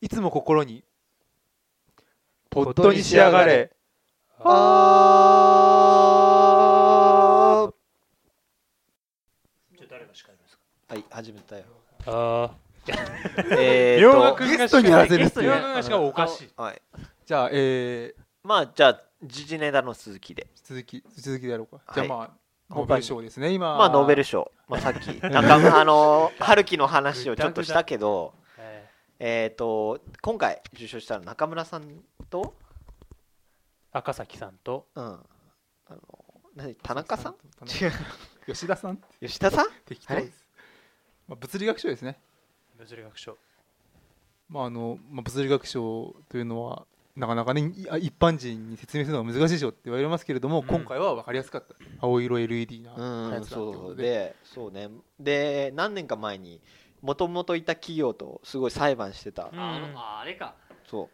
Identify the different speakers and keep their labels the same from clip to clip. Speaker 1: いつも心にポットに仕上がれあー
Speaker 2: じゃあ誰が司会ですか
Speaker 3: はい始めたよ
Speaker 2: あ
Speaker 3: え
Speaker 1: 両
Speaker 3: ー
Speaker 1: 学
Speaker 3: と
Speaker 1: が
Speaker 3: ゲストにやらせるって
Speaker 2: あ
Speaker 1: そ
Speaker 3: い
Speaker 1: れ
Speaker 2: 両
Speaker 3: う
Speaker 1: は
Speaker 2: 学がしかもおかしい
Speaker 3: はい
Speaker 1: じゃあえー、
Speaker 3: まあじゃあ時事ネタの続きで
Speaker 1: 続き続きでやろうか、
Speaker 3: はい
Speaker 1: じゃあまあノーベル賞ですね今
Speaker 3: まあノーベル賞まあさっきなんかあのー春樹の話をちょっとしたけど
Speaker 2: え
Speaker 3: えっと今回受賞したの中村さんと
Speaker 2: ー赤崎さんと
Speaker 3: うんあの何田中さん
Speaker 1: 違う吉田さん
Speaker 3: 吉田さん
Speaker 1: 適当です、まあ、物理学賞ですね
Speaker 2: 物理学賞
Speaker 1: まああのまあ、物理学賞というのはなかなかねいあ一般人に説明するのは難しいでしょって言われますけれども、
Speaker 2: うん
Speaker 1: 今回は分かりやすかった青色 LED な
Speaker 3: う
Speaker 1: や
Speaker 3: ん、
Speaker 1: つだってこ
Speaker 3: そう
Speaker 1: とで,、
Speaker 3: でそうねで何年か前にもともといた企業とすごい裁判してた、
Speaker 2: うん
Speaker 4: あのああれか
Speaker 3: そ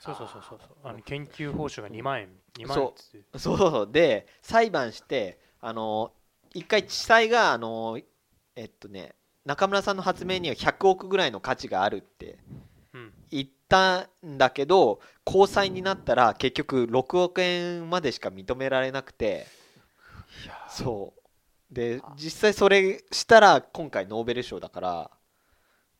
Speaker 2: そうそうそうそうそうあの研究報酬が2万円2万円っ
Speaker 3: そ
Speaker 2: つって
Speaker 3: うそうそうそうで裁判してあの一回地裁があのえっとね中村さんの発明には100億ぐらいの価値があるって
Speaker 2: うん
Speaker 3: 言ったんだけど高裁になったら結局6億円までしか認められなくてそうで実際それしたら今回ノーベル賞だから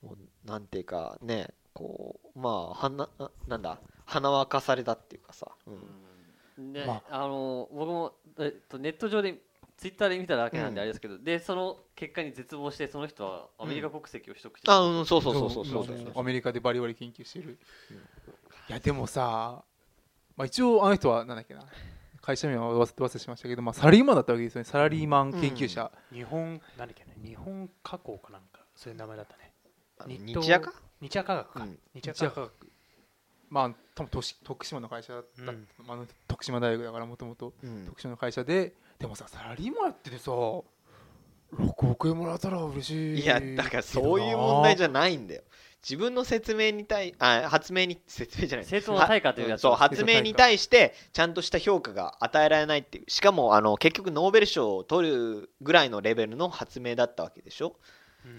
Speaker 3: もうなんていうかねこうまあはなあなんだ花は明かされたっていうかさ、うん
Speaker 4: ね、
Speaker 1: ま
Speaker 4: あ、の僕も、えっと、ネット上でツイッターで見ただけなん
Speaker 3: うん
Speaker 4: であれですけど、でその結果に絶望してその人はアメリカ国籍を取得して
Speaker 3: あうんそうそうそうそう
Speaker 1: 今
Speaker 3: そ
Speaker 1: も
Speaker 3: うそう
Speaker 1: アメリカでバリバリ研究してる、
Speaker 3: うん
Speaker 1: いやでもさ、まあ、一応あの人はなんだっけな会社名は忘れ忘れしましたけど、まあ、サラリーマンだったわけですよねサラリーマン研究者、
Speaker 2: 日本なんだっけね日本加工かなんかそういう名前だったね
Speaker 3: あの
Speaker 2: 日
Speaker 3: 日
Speaker 2: 東
Speaker 3: 夜か
Speaker 2: 日夜科学か、
Speaker 3: うん
Speaker 2: 日夜科学
Speaker 1: まあ多分とし徳島の会社だった、
Speaker 2: うん
Speaker 1: まああの徳島大学だからもともと
Speaker 3: うん
Speaker 1: 特殊な会社ででもさサラリーマンやっててさ6億円もらったら嬉しい
Speaker 3: いやだからそういう問題じゃないんだよ自分の説明に対あ発明に説明じゃない
Speaker 4: 正当な対価というやつ
Speaker 3: そう発明に対してちゃんとした評価が与えられないっていうしかもあの結局ノーベル賞を取るぐらいのレベルの発明だったわけでしょ、
Speaker 2: うん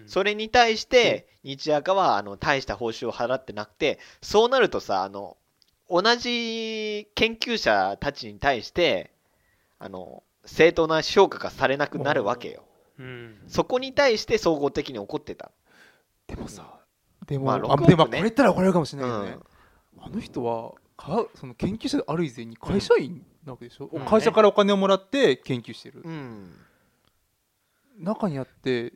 Speaker 3: それに対して日赤はあの大した報酬を払ってなくてそうなるとさあの同じ研究者たちに対してあの正当な評価がされなくなるわけよ
Speaker 2: うん
Speaker 3: そこに対して総合的に怒ってた、
Speaker 1: でもさでも、
Speaker 3: まあ
Speaker 1: あ、
Speaker 3: 六億ね
Speaker 1: でもこれ言ったら怒られるかもしれ
Speaker 3: う
Speaker 1: ないよね
Speaker 3: ん、、
Speaker 1: あの人はかその研究者である以前に会社員なわけでしょ、
Speaker 2: うん
Speaker 1: 会社からお金をもらって研究してる、
Speaker 3: うん
Speaker 1: 中にあって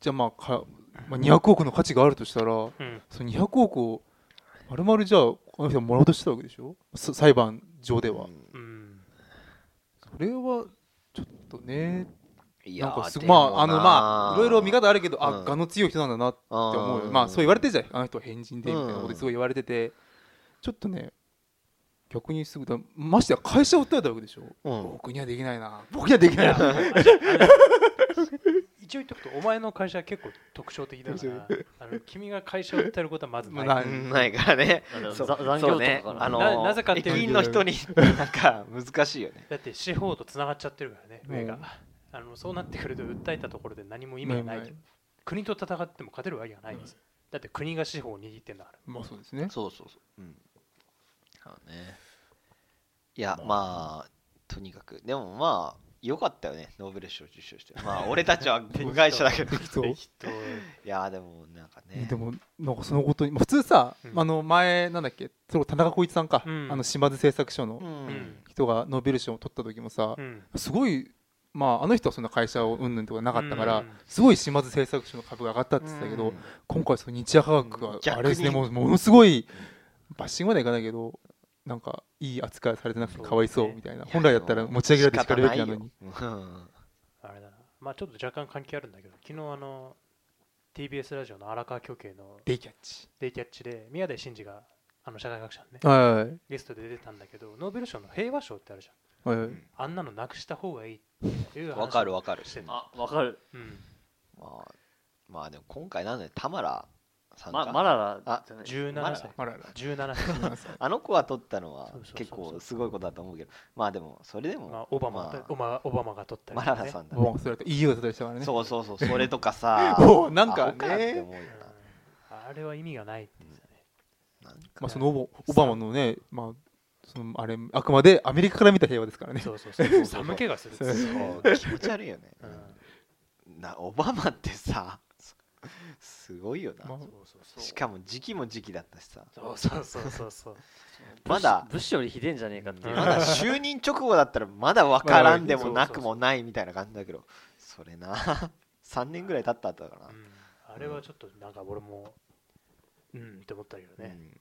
Speaker 1: じゃあまあか、まあ、200億の価値があるとしたらそ
Speaker 2: うん
Speaker 1: の200億をまるまるじゃああの人はもらおうとしてたわけでしょさ裁判上では、
Speaker 3: うん
Speaker 2: うん
Speaker 1: それはちょっとね
Speaker 3: い
Speaker 1: なんかす
Speaker 3: で
Speaker 1: ま
Speaker 3: もな
Speaker 1: ああのまあいろいろ見方あるけど、
Speaker 3: う
Speaker 1: あ
Speaker 3: ん
Speaker 1: 我の強い人なんだなって
Speaker 3: あー
Speaker 1: 思うよまあそう言われてるじゃんあの人は変人でみたいなこ
Speaker 3: う
Speaker 1: と
Speaker 3: ん
Speaker 1: すごい言われててちょっとね逆にすぐだましてや会社を訴えたわけでしょ
Speaker 3: うん
Speaker 1: 僕にはできないな僕にはできないな
Speaker 2: 一応言っとくとお前の会社は結構特徴的だ からあの君が会社を訴えることはまずない、
Speaker 1: まあない
Speaker 3: うんないからね
Speaker 4: あ
Speaker 3: そう
Speaker 4: ざ残業
Speaker 3: そう
Speaker 4: とか
Speaker 3: ね
Speaker 4: から
Speaker 3: あの
Speaker 2: ななぜかっていう
Speaker 3: 駅員の人になんか難しいよね
Speaker 2: だって司法とつながっちゃってるからね上
Speaker 1: う
Speaker 2: が、
Speaker 1: ん
Speaker 2: あのそうなってくると訴えたところで何も意味がないと、
Speaker 1: うん
Speaker 2: 国と戦っても勝てるわけがないんです、だって国が司法を握ってんだから
Speaker 1: まあそうですね
Speaker 3: そうそうそううんあのねいやまあとにかくでもまあよかったよねノーベル賞受賞してまあ俺たちは部外者だけどい
Speaker 1: 適当
Speaker 2: 適当
Speaker 3: やでもなんかね
Speaker 1: でもなんかそのことにまあ普通さ、
Speaker 2: うん
Speaker 1: あの前なんだっけそれ田中浩一さんか、
Speaker 2: うん
Speaker 1: あの島津製作所
Speaker 3: う
Speaker 1: の
Speaker 3: ん
Speaker 2: ん
Speaker 1: 人がノーベル賞を取った時もさ
Speaker 2: う、ん
Speaker 1: すごいまああの人はそんな会社をうんぬんとかなかったから、
Speaker 2: うん
Speaker 1: すごい島津製作所の株が上がったって言ってたけど、
Speaker 3: うん
Speaker 1: 今回その日夜科学が
Speaker 3: 逆に
Speaker 1: あれですねもうものすごいバッシングまではいかないけどなんかいい扱いされてなくてかわいそうみたいな、本来だったら持ち上げられて叱るべきなのに
Speaker 3: 仕方ないようん
Speaker 2: あれだなまあちょっと若干関係あるんだけど昨日あの TBS ラジオの荒川教慶の
Speaker 1: デイキャッチ
Speaker 2: デイキャッチで宮台真司があの社会学者のね
Speaker 1: は
Speaker 2: ゲストで出てたんだけどノーベル賞の平和賞ってあるじゃん
Speaker 1: いはい、
Speaker 2: あんなのなくした方がいいっていう話を
Speaker 3: わかるわかる
Speaker 2: してんの
Speaker 4: あわかる
Speaker 2: うん
Speaker 3: まあまあでも今回なんでタマラさんか、
Speaker 4: まマララじゃない
Speaker 2: 17歳
Speaker 1: あらら
Speaker 2: 17歳
Speaker 3: あの子が取ったの
Speaker 2: そ
Speaker 3: は
Speaker 2: うそうそうそう
Speaker 3: 結構すごいことだと思うけどまあでもそれでも、
Speaker 2: まあ、オバマ
Speaker 3: ま
Speaker 2: だ、
Speaker 3: あ
Speaker 2: オバオバマが取ったり
Speaker 3: マ
Speaker 2: とか
Speaker 3: ラ
Speaker 2: ね、
Speaker 3: ラさんだね
Speaker 1: もうそれと EU が取ったりしたからね
Speaker 3: そうそうそうそれとかさ
Speaker 1: もうなんかね
Speaker 3: アホって思うよ
Speaker 2: うんあれは意味がないって言ってたね。
Speaker 3: なんか
Speaker 1: まあ、そのオバオバマのね、まあ、そのあれあくまでアメリカから見た平和ですからね。
Speaker 2: そうそうそう。寒気がするっつってね。
Speaker 3: そう気持ち悪いよね、
Speaker 2: うん
Speaker 3: なオバマってさすすごいよな、
Speaker 1: まあ
Speaker 2: そうそうそう
Speaker 3: しかも時期も時期だったしさ
Speaker 2: そうそうそうそうそう。
Speaker 4: ブッ
Speaker 3: まだ
Speaker 4: ブッシュよりひでえんじゃねえかっていううん
Speaker 3: まだ就任直後だったらまだ分からんでもなくもないみたいな感じだけどそれな 3年ぐらい経った後だから
Speaker 2: うんあれはちょっとなんか俺も、うんって思ったけど
Speaker 3: ね
Speaker 2: ね。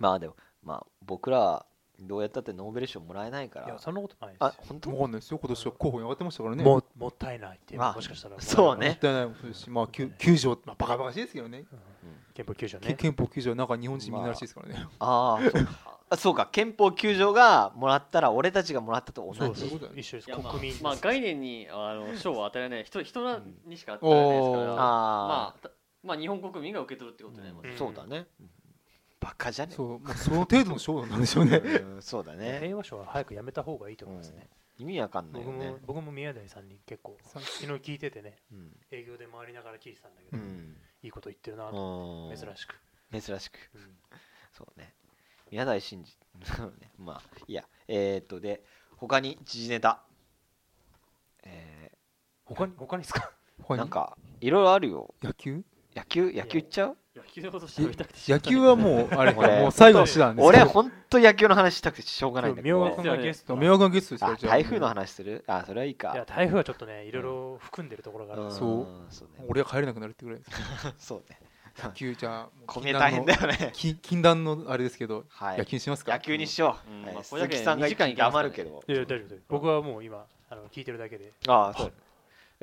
Speaker 3: まあでもまあ僕らはどうやったってノーベル賞もらえないか
Speaker 2: いや、
Speaker 3: ら
Speaker 2: そんなことないで
Speaker 3: あ
Speaker 2: す
Speaker 3: 本
Speaker 1: わ
Speaker 3: 当
Speaker 1: かんないですよ、今年は候補に上がってましたからね。
Speaker 2: よ。ももったいないっていうのは
Speaker 3: まあ
Speaker 2: もしかしたら。
Speaker 3: そうね
Speaker 1: もったいないもそうですし、まあ、きゅ九条、まあ、バカバカしいですけどね。
Speaker 2: うん
Speaker 3: うん
Speaker 2: 憲法9条
Speaker 1: け
Speaker 2: ね。
Speaker 1: 憲法九条はなんか日本人みんならしいですからね。
Speaker 3: ああそうかあそうか憲法9条がもらったら俺たちがもらったと
Speaker 2: そ
Speaker 3: 同
Speaker 2: うそう
Speaker 3: じ
Speaker 1: 同じ
Speaker 2: 一緒です。
Speaker 4: いやまあ
Speaker 2: 国民です。
Speaker 4: まあ概念にあの賞を与えられない人人らにしか与えられないですから
Speaker 1: う、んおー
Speaker 4: ま
Speaker 3: あ
Speaker 4: あたまあ日本国民が受け取るってことになります、
Speaker 3: あそうだねバカじゃね
Speaker 1: そう、まあ、その程度の賞なんでしょうね。
Speaker 3: うんそう だね
Speaker 2: 平和賞は早くやめた方がいいと思いますね。
Speaker 3: 意味わかんない
Speaker 2: 僕
Speaker 3: よね
Speaker 2: も僕も宮台さんに結構昨日聞いててね
Speaker 3: うん
Speaker 2: 営業で回りながら聞いてたんだけ
Speaker 3: う
Speaker 2: ど、
Speaker 3: ん
Speaker 2: いいこと言ってるなと
Speaker 3: うん
Speaker 2: 珍しく、
Speaker 3: 珍しく
Speaker 2: うん
Speaker 3: そうね。宮台真司。 そうねまあ、いいや。えー、っと、で、他に時事ネタ。え
Speaker 2: 他に他にですか
Speaker 1: 他
Speaker 3: ー、
Speaker 1: に
Speaker 3: なんか、いろいろあるよ。
Speaker 1: 野球
Speaker 3: 野球、野球いっちゃう
Speaker 4: 野球のこと調べたくて
Speaker 1: 野球は
Speaker 4: う
Speaker 1: もう、あれか、
Speaker 3: 俺
Speaker 1: もう最後の手段ですけ
Speaker 3: 俺、
Speaker 1: ど。
Speaker 3: ほんと野球の話したくてしょうがないんだけ
Speaker 2: 今日
Speaker 1: 明和
Speaker 2: 明和君
Speaker 1: 君
Speaker 4: が
Speaker 1: が
Speaker 4: ゲ
Speaker 1: ゲ
Speaker 4: ス
Speaker 1: ス
Speaker 4: ト
Speaker 1: ト。
Speaker 4: だ
Speaker 1: ゲストです
Speaker 3: あ
Speaker 1: よ、、じゃあ
Speaker 3: 台風の話するあ、それはいい
Speaker 2: いや
Speaker 3: か。
Speaker 2: 台風はちょっとねいろいろ含んでるところがあるんですよ、
Speaker 1: そうん
Speaker 3: そうね。
Speaker 1: 俺は帰れなくなるってぐらいです。
Speaker 3: そうね。
Speaker 1: 野球じゃあ、もう
Speaker 3: 米大変だよ
Speaker 1: 禁断
Speaker 3: ね。
Speaker 1: の。禁禁断のあれですけど、
Speaker 3: はい。
Speaker 1: 野球にしますか
Speaker 3: 野球にしよう。
Speaker 4: うん
Speaker 3: はい
Speaker 4: まあ
Speaker 3: 鈴木さんが
Speaker 4: 小宅
Speaker 3: 一
Speaker 4: に
Speaker 3: 気黙るけど。
Speaker 2: いやいや大丈夫です僕はもう今あの聞いてるだけで
Speaker 3: ああ、そう。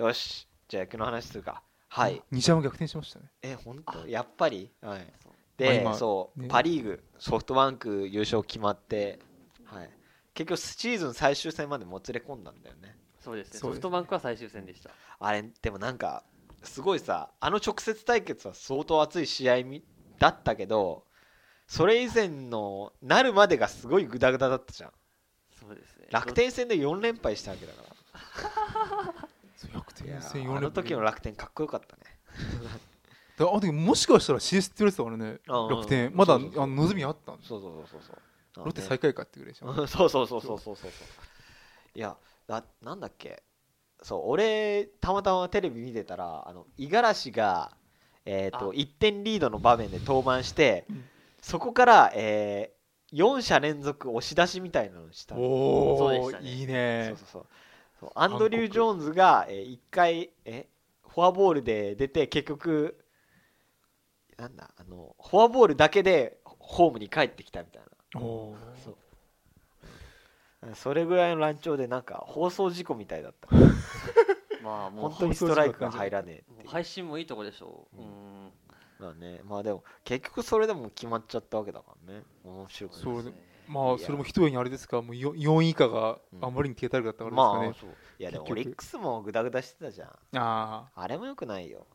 Speaker 3: よし。じゃあ野球の話するか。はい。
Speaker 1: 西山逆転しましたね。
Speaker 3: え、本当やっぱりはい。
Speaker 4: そ
Speaker 1: ま
Speaker 4: う
Speaker 1: あ
Speaker 3: で、
Speaker 1: 今
Speaker 3: そう、
Speaker 1: ね
Speaker 3: パ・リーグ、ソフトバンク優勝決まって、はい、結局、シーズン最終戦までもつれ込んだんだよね。
Speaker 4: そうですね
Speaker 1: そう
Speaker 4: ソ
Speaker 1: です
Speaker 4: フトバンクは最終戦でした
Speaker 3: あれ、でもなんか、すごいさ、あの直接対決は相当熱い試合みだったけど、それ以前のなるまでがすごいグダグダだったじゃん。
Speaker 4: そうですね
Speaker 3: 楽天戦で4連敗したわけだから。
Speaker 1: そう逆
Speaker 3: いや
Speaker 1: 転戦4連
Speaker 3: ーあの時の
Speaker 1: あ
Speaker 3: 楽天、かっこよかったね。
Speaker 1: の時もしかしたら CS って言われてたからね、
Speaker 3: あー
Speaker 1: 楽天。まだ、あ
Speaker 3: そうそうそう
Speaker 1: の望みあったんです
Speaker 3: そうそうそうそうそう。
Speaker 1: ロッテ
Speaker 3: あのね
Speaker 1: 最下位かってぐらいでした。
Speaker 3: うん そうそうそうそうそうそうそういやだなんだっけそう俺たまたまテレビ見てたらあの五十嵐が、えー、と
Speaker 4: あ
Speaker 3: 1点リードの場面で登板して
Speaker 1: うん
Speaker 3: そこから、え4者連続押し出しみたいなのをしたの
Speaker 4: そうで
Speaker 1: お
Speaker 4: し
Speaker 1: お、
Speaker 4: たね
Speaker 1: いい
Speaker 3: そ
Speaker 1: ね
Speaker 3: う。そうそうそうアンドリュー・ジョーンズが、え1回えフォアボールで出て結局なんだあのフォアボールだけでホームに帰ってきたみたいな
Speaker 1: おー
Speaker 3: そうそれぐらいの乱調でなんか放送事故みたいだった
Speaker 4: まあもう
Speaker 3: 本当にストライクが入らねえ
Speaker 4: も
Speaker 3: っ
Speaker 4: う
Speaker 3: ていう
Speaker 4: 配信もいいとこでしょ
Speaker 3: う
Speaker 4: う、うんん、
Speaker 3: まあねまあでも結局それでも決まっちゃったわけだからね面白くない
Speaker 1: そう
Speaker 3: ですね
Speaker 1: まあ、それも一重にあれですか、もうよ4位以下があまりに手たるかったからですか
Speaker 3: ま
Speaker 1: ね
Speaker 3: あ。そういやでも
Speaker 1: 結
Speaker 3: オ
Speaker 1: 局
Speaker 3: リックスもグダグダしてたじゃん
Speaker 1: あ
Speaker 3: あれもよくないよ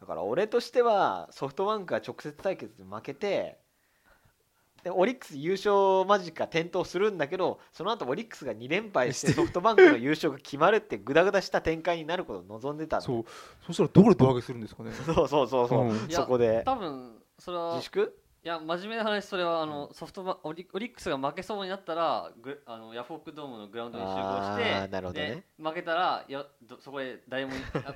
Speaker 3: だから俺としてはソフトバンクが直接対決で負けてでオリックス優勝間近転倒するんだけどその後オリックスが2連 敗してソフトバンクの優勝が決まるってグダグダした展開になることを望んでた
Speaker 1: あ、
Speaker 3: んだよ
Speaker 1: そう、そしたらどこで胴上げするんです かね。
Speaker 3: そうそうそうそう、
Speaker 1: うん
Speaker 4: いや
Speaker 3: そこで
Speaker 4: 多分それは
Speaker 3: 自粛
Speaker 4: いや真面目な話それはあのソフトバンオリオリックスが負けそうになったらグあのヤフオクドームのグラウンドに集合して
Speaker 3: あーなるほどね
Speaker 4: で負けたらいやどそこで誰もいあ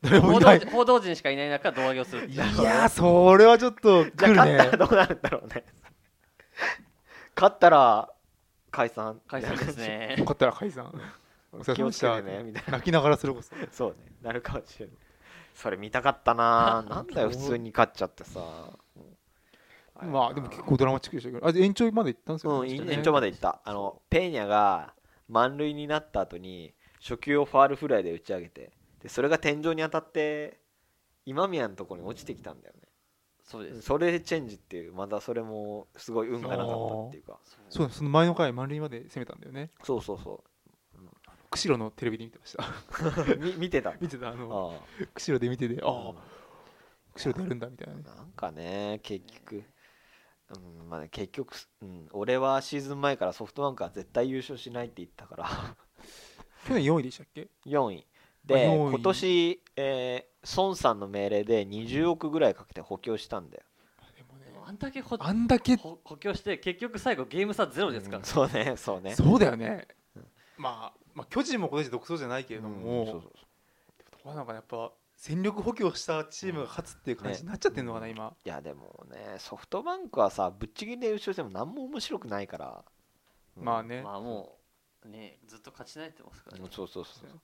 Speaker 1: 誰も
Speaker 4: 報
Speaker 1: いな
Speaker 4: 道
Speaker 1: い
Speaker 4: 陣報道陣しかいない中胴上げをするって
Speaker 1: い
Speaker 4: いう
Speaker 1: やー、それはちょっと
Speaker 3: じゃあ
Speaker 1: 来る
Speaker 3: 勝った
Speaker 1: ね
Speaker 3: ら。どうなるんだろうね勝ったら解散
Speaker 4: 解散ですね
Speaker 1: よかったら解散。お疲れ
Speaker 3: 気
Speaker 1: 様
Speaker 3: を
Speaker 1: で
Speaker 3: つ
Speaker 1: し
Speaker 3: け
Speaker 1: た
Speaker 3: てねみたいな
Speaker 1: 泣きながらそれこそ。
Speaker 3: そうねなるかもしれないそれ見たかったななんだよ普通に勝っちゃってさ
Speaker 1: まあ、でも結構ドラマチックでしたけど、あ延長まで行ったんですよ
Speaker 3: うん、
Speaker 1: ね。
Speaker 3: い
Speaker 1: 確かね
Speaker 3: 延長まで行ったあのペーニャが満塁になった後に初球をファールフライで打ち上げてでそれが天井に当たって今宮のところに落ちてきたんだよね
Speaker 4: そうです
Speaker 3: それでチェンジっていうまたそれもすごい運がなかったっていうか
Speaker 1: そうその前の回、満塁まで攻めたんだよね。
Speaker 3: そうそうそ
Speaker 1: 釧路のテレビで見てました。
Speaker 3: う み見てた
Speaker 1: 見てた、あの、
Speaker 3: あ
Speaker 1: 釧路で見てて、
Speaker 3: あ
Speaker 1: ああ、釧路でやるんだみたいなね。
Speaker 3: なんかね結局うんまあね結局、うん、俺はシーズン前からソフトバンクは絶対優勝しないって言ったから
Speaker 1: 去年4位でしたっけ
Speaker 3: 4位
Speaker 1: あ
Speaker 3: で
Speaker 1: 4位
Speaker 3: 今年、えー孫さんの命令で20億ぐらいかけて補強したんだよ
Speaker 1: でもね
Speaker 4: マんだけほ
Speaker 1: あんだけ
Speaker 4: ほ補強して結局最後ゲーム差ゼロですから、
Speaker 3: うんそうね、そうね。
Speaker 1: そうだよね、まあ、まあ巨人も今年独走じゃないけれども、
Speaker 3: うんそうそうそう
Speaker 1: まあなんかやっぱ戦力補強したチームが勝つっていう感じになっちゃってるのかな、今
Speaker 3: いや、でもね、ソフトバンクはさ、ぶっちぎりで優勝しても何も面白くないから。うん
Speaker 1: まあね、
Speaker 4: まあもうねずっと勝ち慣れてますからね
Speaker 3: うんそうそうそう。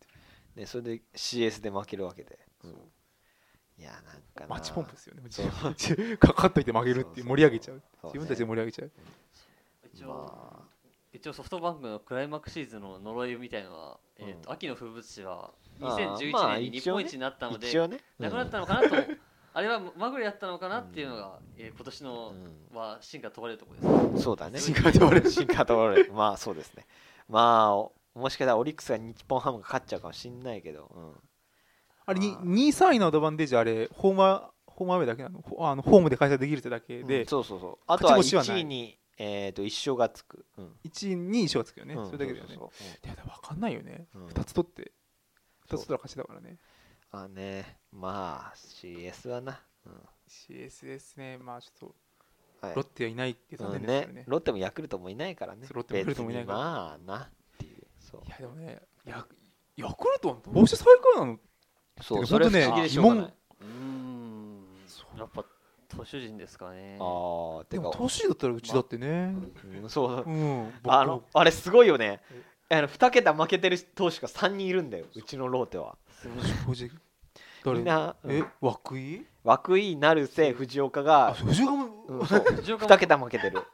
Speaker 3: ね、それで CS で負けるわけで。うんいや、なんかな。
Speaker 1: マッチポンプですよね
Speaker 3: そう
Speaker 1: 自分 かかっといて曲げるっていう盛り上げちゃう
Speaker 3: そう
Speaker 1: 自
Speaker 3: ね
Speaker 1: 分たちで盛り上げちゃう
Speaker 4: 一応、
Speaker 3: ま
Speaker 4: 一応ソフトバンクのクライマックスシーズンの呪いみたいのは、えーと秋の風物詩は
Speaker 3: あーまあ
Speaker 4: 2011年に日本一になった
Speaker 3: あ、
Speaker 4: ので、
Speaker 3: 一応ね。
Speaker 4: なくなったのかなと、 あれはまぐれやったのかなっていうのが、えー今年の
Speaker 3: う
Speaker 4: は進化問われるところです。
Speaker 3: んそうだ ね。
Speaker 1: 進化通れる
Speaker 3: 進化通る。まあ、そうですね。まあ、おもしかしたらオリックスが日本ハムが勝っちゃうかもしんないけど。うん
Speaker 1: あれに
Speaker 3: あー
Speaker 1: 2位3位のアドバンテージあれホームはホームアウェイだけなのほあのホームで開催できるってだけ
Speaker 3: う
Speaker 1: で
Speaker 3: ん、そうそうそう。あとは
Speaker 1: 勝ち星はない
Speaker 3: 1位に、えっと、1勝がつく。うん
Speaker 1: 1位2位勝つけどね、
Speaker 3: うん
Speaker 1: それだけだよね
Speaker 3: そうそうそうう
Speaker 1: いや
Speaker 3: ん
Speaker 1: だから分かんないよね、
Speaker 3: う
Speaker 1: 二
Speaker 3: ん
Speaker 1: 2つ取って2
Speaker 3: そう
Speaker 1: つ取ったら勝ちだからね
Speaker 3: あね、まあ CS はな。うん
Speaker 1: CS ですねまあちょっ
Speaker 3: はい
Speaker 1: とロッテはいないっていう残
Speaker 3: うん
Speaker 1: 念ですよね
Speaker 3: ね、ロッテもヤクルトもいないからね
Speaker 1: そう。ロッテもヤクルトもいないから
Speaker 3: 別にまあなっていう。そう
Speaker 1: いやでもねヤクヤクルトはどうして最下位なの
Speaker 3: そうう、
Speaker 1: それは不思議でしょうがない
Speaker 3: あ
Speaker 4: うーん、やっぱ投手陣ですかね。
Speaker 3: ー、て
Speaker 1: でも
Speaker 3: か、
Speaker 1: 投手だったらうちだってね、
Speaker 3: うんそう。
Speaker 1: うん僕
Speaker 3: あの、あれすごいよね。あの2桁負けてる投手が3人いるんだよ、うちのローテは。
Speaker 4: すごい
Speaker 1: 正直誰
Speaker 3: みんな、うん
Speaker 1: え涌井
Speaker 3: 涌井、成瀬、藤岡
Speaker 1: あ
Speaker 3: が
Speaker 1: 藤岡も
Speaker 3: うんそう
Speaker 4: 藤岡も
Speaker 3: 2桁負け てる。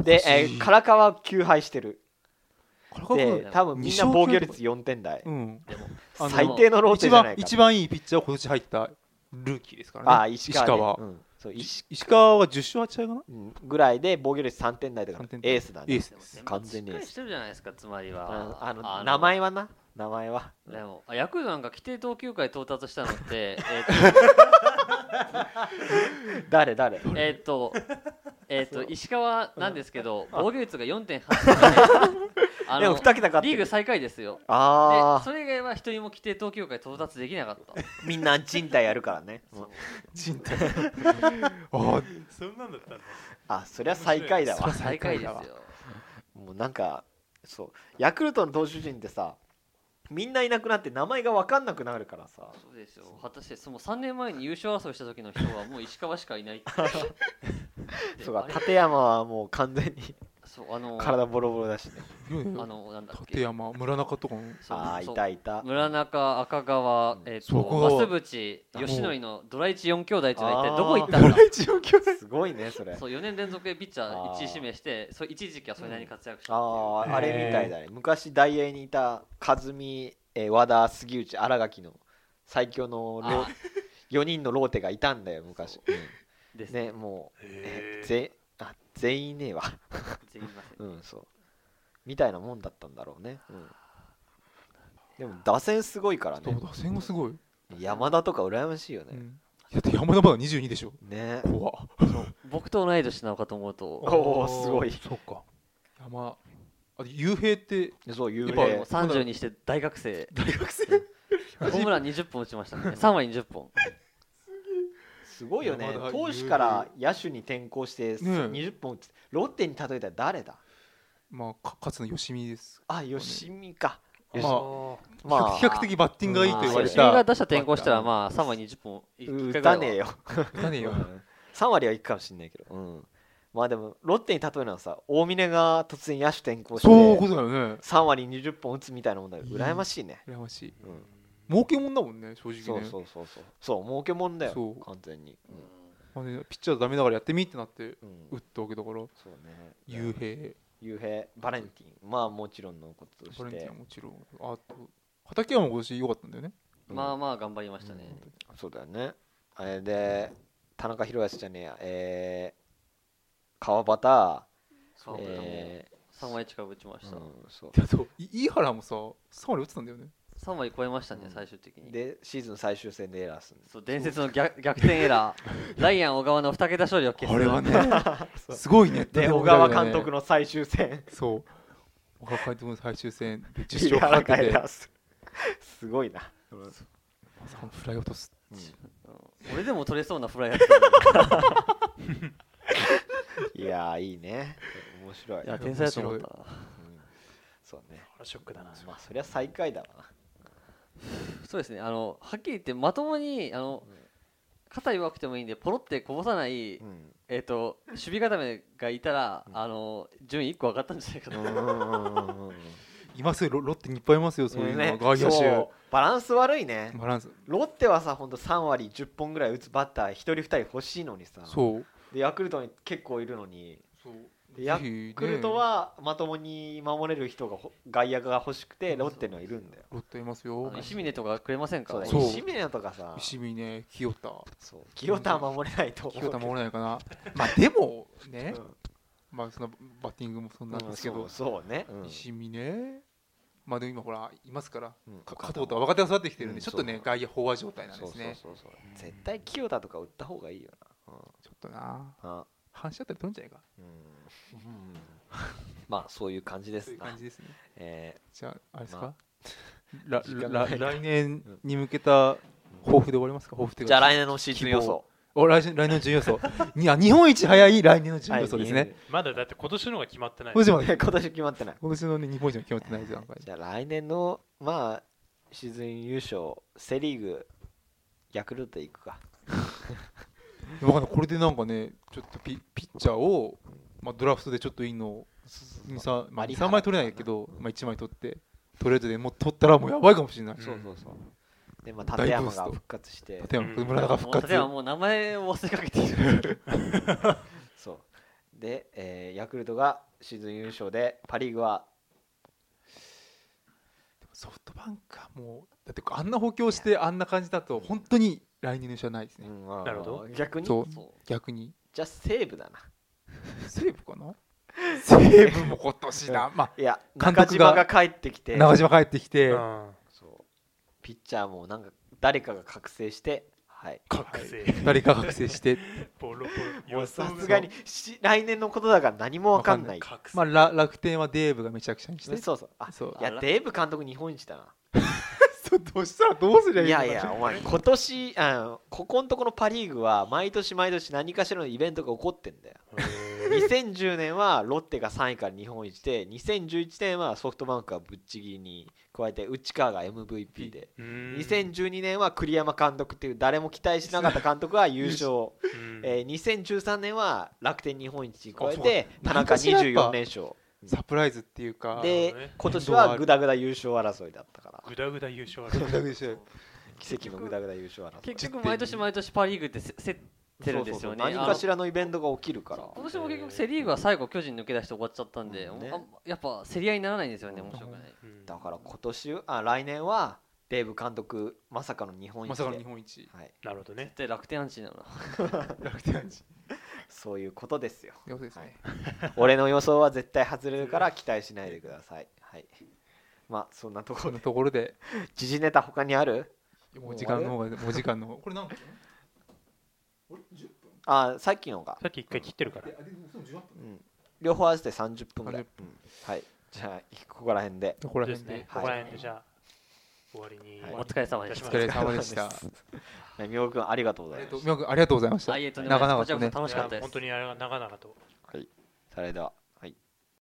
Speaker 3: で、えー唐川は9敗してる。
Speaker 1: 唐川君
Speaker 3: で、多分みんな防御率4点台。
Speaker 1: うん
Speaker 4: でも
Speaker 1: あの
Speaker 3: 最低のローテ
Speaker 1: 一
Speaker 3: じゃな
Speaker 1: 番
Speaker 3: いか
Speaker 1: 一番いいピッチャーは今年入ったルーキーですからね
Speaker 3: ああ、石川,、ねうんそう石
Speaker 1: 石川石川は10勝8敗かな
Speaker 3: うんぐらいで防御率3点台だから
Speaker 1: 3点台
Speaker 3: エースだ
Speaker 1: エ
Speaker 3: ね
Speaker 1: ース
Speaker 4: でも
Speaker 1: です
Speaker 4: 先
Speaker 3: 完
Speaker 4: 発し
Speaker 3: 全
Speaker 4: っ
Speaker 3: に
Speaker 4: かりしてるじゃないですか、つまり
Speaker 3: あ
Speaker 4: は。
Speaker 3: あの名前はな名前は
Speaker 4: でもあヤクルトなんか規定投球回到達した のって、え
Speaker 3: 誰誰
Speaker 4: ーとえ ーと、えーと、石川なんですけど、防御率が4.8 あ
Speaker 3: でも
Speaker 4: の
Speaker 3: 2桁勝って
Speaker 4: リー
Speaker 3: る
Speaker 4: グ最下位ですよ。
Speaker 3: あ
Speaker 4: で
Speaker 3: あ
Speaker 4: それ以外は一人も規定投球回到達できな かった。
Speaker 3: みんな人体やるからねうん
Speaker 1: 人 体あ
Speaker 2: そんなんだったんだ
Speaker 3: あそりゃ最下位だ
Speaker 1: そり
Speaker 3: わ
Speaker 1: ゃ最
Speaker 4: 最下
Speaker 1: 下
Speaker 4: 位
Speaker 1: 位
Speaker 4: で
Speaker 1: だわ
Speaker 4: すよ。
Speaker 3: もうなんかそうヤクルトの投手陣ってさみんないなくなって名前が分かんなくなるからさ
Speaker 4: そうですよ。果たしてその3年前に優勝争いした時の人はもう石川しかいないって。 で
Speaker 3: そうか
Speaker 4: あれ
Speaker 3: 立山はもう完全に
Speaker 4: そうあの
Speaker 3: 体ボロボロだしね
Speaker 1: あ
Speaker 4: あのなんだっけ
Speaker 1: 立山村中とかも
Speaker 4: そう
Speaker 3: ああ
Speaker 4: そう
Speaker 3: いたいた
Speaker 4: 村中赤川えっ、
Speaker 1: そこが
Speaker 4: と増渕吉典のドラ一四兄弟っていうのは一体どこ行った
Speaker 1: ド
Speaker 4: の
Speaker 1: ラ
Speaker 4: か。
Speaker 1: イチを強烈
Speaker 3: すごいねそれ
Speaker 4: そう4年連続でピッチャー1位指名して、そう一時期はそれなりに活躍したっ
Speaker 3: あ
Speaker 4: ていう
Speaker 1: へ
Speaker 3: あ
Speaker 1: ー
Speaker 3: あれみたいだね昔大英にいた和美、えー和田杉内新垣の最強の
Speaker 4: あー
Speaker 3: 4人のローテがいたんだよ昔、
Speaker 4: ですね。
Speaker 3: ねもう、え
Speaker 2: へ
Speaker 3: ー
Speaker 2: ー
Speaker 3: ぜあ全員いねえわ
Speaker 4: 全員いません
Speaker 3: うんそうみたいなもんだったんだろうね、うん、でも打線すごいからね
Speaker 1: 打線がすごい、
Speaker 3: 山田とか羨ましいよ
Speaker 1: う
Speaker 3: ね、
Speaker 1: ん、だって山田まだ22でしょ
Speaker 3: ね
Speaker 1: 怖っ
Speaker 4: 僕と同い年なのかと思うと、
Speaker 3: おーすごい
Speaker 1: そうか山あと雄平って
Speaker 3: そう有
Speaker 1: やっぱ
Speaker 3: 名
Speaker 4: 30にして大学生、
Speaker 1: 大学生
Speaker 4: ホームラン20本打ちましたからね、3割20本。
Speaker 3: すごいよね
Speaker 1: 山田
Speaker 3: 投手から野手に転向して
Speaker 1: ね
Speaker 3: 20本打つ、ロッテに例えたら誰だ
Speaker 1: まあか勝つのよしみです
Speaker 3: あ吉見か
Speaker 1: まあ
Speaker 2: あ
Speaker 3: まあ
Speaker 1: 比較的バッティングがいいと言われ
Speaker 4: まあ
Speaker 1: た
Speaker 4: 打者転向したら、まあ、3割20本いく
Speaker 3: 打
Speaker 4: かぐら
Speaker 3: た
Speaker 4: いは
Speaker 3: ねえよ
Speaker 1: だねよ
Speaker 3: うん3割はいくかもしれないけど、うん、まあでもロッテに例えるのはさ大峰が突然野手転向し
Speaker 1: そういう
Speaker 3: て
Speaker 1: ことだよね
Speaker 3: 3割20本打つみたいなもんだよ
Speaker 1: うん
Speaker 3: 羨ましいね、
Speaker 1: 羨ましい
Speaker 3: うん、
Speaker 1: 儲けもんだもんね正直ね
Speaker 3: そうそうそうそうそう儲けもんだよ
Speaker 1: そう
Speaker 3: 完全に、うん
Speaker 1: まあねピッチャーダメだからやってみってなって
Speaker 3: うん
Speaker 1: 打ったわけだから
Speaker 3: そうね
Speaker 1: 雄平
Speaker 3: 雄平バレンティンまあもちろんのこととして
Speaker 1: バレンティンはもちろんあと畠山も今年良かったん だよね
Speaker 4: まあまあ頑張りましたね。
Speaker 3: うんそうだよねあれで田中宏康じゃねえやえー、川端、
Speaker 4: そう
Speaker 3: えー
Speaker 4: 3割近く打ちました
Speaker 3: う。ん、そう
Speaker 1: であとい飯原もさ3割打ってたんだよね
Speaker 4: 3割超えましたね
Speaker 3: う、ん
Speaker 4: 最終的に。
Speaker 3: でシーズン最終戦でエラーする
Speaker 4: そう伝説の逆逆転エラ ー、ライアン小川の2桁勝利を決
Speaker 1: あ
Speaker 4: す
Speaker 1: れ
Speaker 4: る
Speaker 1: は ねすごいね
Speaker 3: で小川
Speaker 1: だよね
Speaker 3: 監督の最終戦
Speaker 1: そう小川監督の最終戦で
Speaker 3: ビ
Speaker 1: 10
Speaker 3: リ
Speaker 1: 勝
Speaker 3: ヤ
Speaker 1: か
Speaker 3: ーが
Speaker 1: かって
Speaker 3: エ
Speaker 1: て
Speaker 3: ラーするすごいな、
Speaker 1: フライ落とす
Speaker 3: うん
Speaker 4: うん俺でも取れそうなフライやった
Speaker 3: いいね。面 白い。
Speaker 5: いや天才だと思った
Speaker 3: うんそうね。
Speaker 2: あれショックだな。
Speaker 3: まあ、そりゃ最下位だわな。
Speaker 4: そうですねあのはっきり言ってまともにあの
Speaker 3: うん
Speaker 4: 肩弱くてもいいんでポロってこぼさない、
Speaker 3: うん。
Speaker 4: えっと守備固めがいたら、
Speaker 3: うん
Speaker 4: あの順位1個上がったんじゃないかと、
Speaker 1: いますよロロッテにいっぱいいますよそういうの、
Speaker 3: ね
Speaker 1: 外野
Speaker 3: そ
Speaker 1: 手
Speaker 3: うバランス悪いね。
Speaker 1: バランス
Speaker 3: ロッテはさ、ほんと3割10本ぐらい打つバッター、1人2人欲しいのにさ、
Speaker 1: そう
Speaker 3: でヤクルトに結構いるのに、
Speaker 1: そう
Speaker 3: でヤクルトはまともに守れる人がほ、外野が欲しくて、ロッテのいるんだよ。
Speaker 1: ロッテいます
Speaker 4: あ
Speaker 1: よ
Speaker 4: の石峰とかくれません
Speaker 3: そ
Speaker 4: か
Speaker 3: うだ、
Speaker 1: そう
Speaker 3: 石峰とかさ、
Speaker 1: 石峰清田
Speaker 3: そう清田は守れないと思う
Speaker 1: 清
Speaker 3: けど。
Speaker 1: 田守れないかなまあでもね、
Speaker 3: うん
Speaker 1: まあそのバッティングもそんなんですけ
Speaker 3: そ
Speaker 1: ど
Speaker 3: う、そうね、うん
Speaker 1: 石見ねまあでも今ほらいますから、
Speaker 3: うん
Speaker 1: か加藤とは若手が育ってきてるんで、
Speaker 3: うん
Speaker 1: ちょっと
Speaker 3: そ
Speaker 1: ね
Speaker 3: う
Speaker 1: 外野飽和状態なんですね
Speaker 3: そうそうそうそう絶対清田とか打った方がいいよな、うん
Speaker 1: ちょっとな
Speaker 3: あ
Speaker 1: 反射あたり取るんじゃないか
Speaker 3: うんまあそういう感じで
Speaker 1: そうい
Speaker 3: す
Speaker 1: う
Speaker 3: な
Speaker 1: 感じですね
Speaker 3: え
Speaker 1: じゃああれです
Speaker 3: ま
Speaker 1: か、ら
Speaker 3: 時
Speaker 1: ら
Speaker 3: 間ないな
Speaker 1: 来年に向けた抱負で終わりますか抱負って
Speaker 3: ー
Speaker 1: いうか
Speaker 3: じゃあ来年のシーズン予想
Speaker 1: お来年来年の順位予想にあ日本一早い来年の順位予想ですね、
Speaker 2: まだだって今年の方が決まってない。
Speaker 1: もし
Speaker 2: う
Speaker 1: も
Speaker 3: はい今年決まってない
Speaker 1: 今年の、ね、日本一の決まってないじゃん
Speaker 3: じゃあ来年のまあシーズン優勝セ・リーグヤクルト行くか
Speaker 1: わかんないこれでなんかねちょっとピピッチャーを、まあ、ドラフトでちょっといいのを2、3, まあ、
Speaker 3: 有
Speaker 1: 2
Speaker 3: 原
Speaker 1: 3枚取れないけど、まあ、1枚取ってトレードでもう取ったらもうやばいかもしれない、
Speaker 2: うん
Speaker 3: そうそうそうでまあ立山が復活して
Speaker 1: 立山
Speaker 2: うん
Speaker 1: 村田が復活
Speaker 4: 例えばもう名前を忘れかけてい る
Speaker 3: そうで、えーヤクルトがシーズン優勝でパ・リーグは
Speaker 1: ソフトバンクはもうだってあんな補強してあんな感じだと本当に来年の人はないですね、
Speaker 3: うんまあ
Speaker 2: なるほど
Speaker 3: 逆に
Speaker 1: そう
Speaker 4: そ
Speaker 1: 逆に
Speaker 3: じゃあ西武だな
Speaker 1: 西武かな 西武も今年だまあ
Speaker 3: いや
Speaker 1: 監
Speaker 3: 中
Speaker 1: 督
Speaker 3: 島
Speaker 1: が
Speaker 3: が帰ってきて
Speaker 1: 長島帰ってきて、
Speaker 2: ん。
Speaker 3: そうピッチャーもなんか誰かが覚醒してはい
Speaker 2: 覚醒。
Speaker 1: 誰か覚醒して
Speaker 2: ボロボロ。
Speaker 3: もうさすがにし来年のことだから何もわかんない
Speaker 2: 覚醒。
Speaker 1: まあ、ら楽天はデーブがめちゃくちゃにして
Speaker 3: そうそうあ
Speaker 1: そう
Speaker 3: いやデーブ監督日本一だ
Speaker 1: そうどうしたらどうすりゃ
Speaker 3: ない
Speaker 1: い
Speaker 3: い
Speaker 1: のか
Speaker 3: やいやお前今年あのここのとこのパ・リーグは毎年毎年何かしらのイベントが起こってんだよ
Speaker 2: へ ー
Speaker 3: 2010年はロッテが3位から日本一で2011年はソフトバンクがぶっちぎりに加えて内川が MVP で
Speaker 2: うーん
Speaker 3: 2012年は栗山監督っていう誰も期待しなかった監督が優勝、
Speaker 2: うん
Speaker 3: えー2013年は楽天日本一に加え
Speaker 1: あそう
Speaker 3: て田中
Speaker 1: なんかしらやっぱ
Speaker 3: 24連勝
Speaker 1: サプライズっていうか
Speaker 2: なる
Speaker 3: で
Speaker 2: ほどね
Speaker 3: 今年はグダグダ優勝争いだったから
Speaker 2: グダグダ優勝あ
Speaker 1: グダグダ優勝
Speaker 3: 奇跡のグダグダ優勝
Speaker 4: う
Speaker 3: 争い
Speaker 4: 結局毎年毎年パ・リーグってせ競ってるんですよ
Speaker 3: そうそうそう
Speaker 4: ね
Speaker 3: 何かしらのイベントが起きるから
Speaker 4: そう今年も結局セ・リーグは最後巨人抜け出して終わっちゃったんで、
Speaker 3: うんね
Speaker 4: あんやっぱ競り合いにならないんですよね面白くない、
Speaker 2: うん
Speaker 3: だから今年あ来年はデーブ監督まさかの日本一
Speaker 1: ま
Speaker 3: で、
Speaker 1: さかの日本一
Speaker 3: はい、
Speaker 2: なるほどね。
Speaker 4: 絶対楽天アンチなのな
Speaker 1: 楽天一
Speaker 3: そういうことですよ
Speaker 1: ということですね、
Speaker 3: 俺の予想は絶対外れるから期待しないでくださいはいまあそんなとこ
Speaker 1: こん
Speaker 3: ろ
Speaker 1: な
Speaker 3: で
Speaker 1: ところで
Speaker 3: 時事ネタ他にある
Speaker 1: もう時間の方がもう時間の方これ何分
Speaker 3: あさっきのが、
Speaker 2: さっき一回切ってるから。
Speaker 3: うん、両方合わせて30分ぐらい
Speaker 1: 30、
Speaker 3: うんはいじゃあここら辺で
Speaker 1: ここら
Speaker 2: です
Speaker 1: 辺
Speaker 2: ね
Speaker 1: で。
Speaker 2: ここら辺でじゃあ終わりに
Speaker 3: はい。
Speaker 4: お疲れ様でし
Speaker 1: お
Speaker 4: た
Speaker 1: 疲れ様でした
Speaker 3: お疲れ様ですねみおくんありがとうご
Speaker 1: あ
Speaker 3: ざ
Speaker 1: り
Speaker 3: い
Speaker 1: がとう
Speaker 3: ます
Speaker 1: みょんくんありがとうございました
Speaker 4: あいえとんでも
Speaker 1: なかな
Speaker 4: ない
Speaker 1: か
Speaker 4: です
Speaker 1: とね
Speaker 4: こちらこそ楽しかった
Speaker 2: いや
Speaker 4: です
Speaker 2: 本当にあれが長々と。
Speaker 3: それでは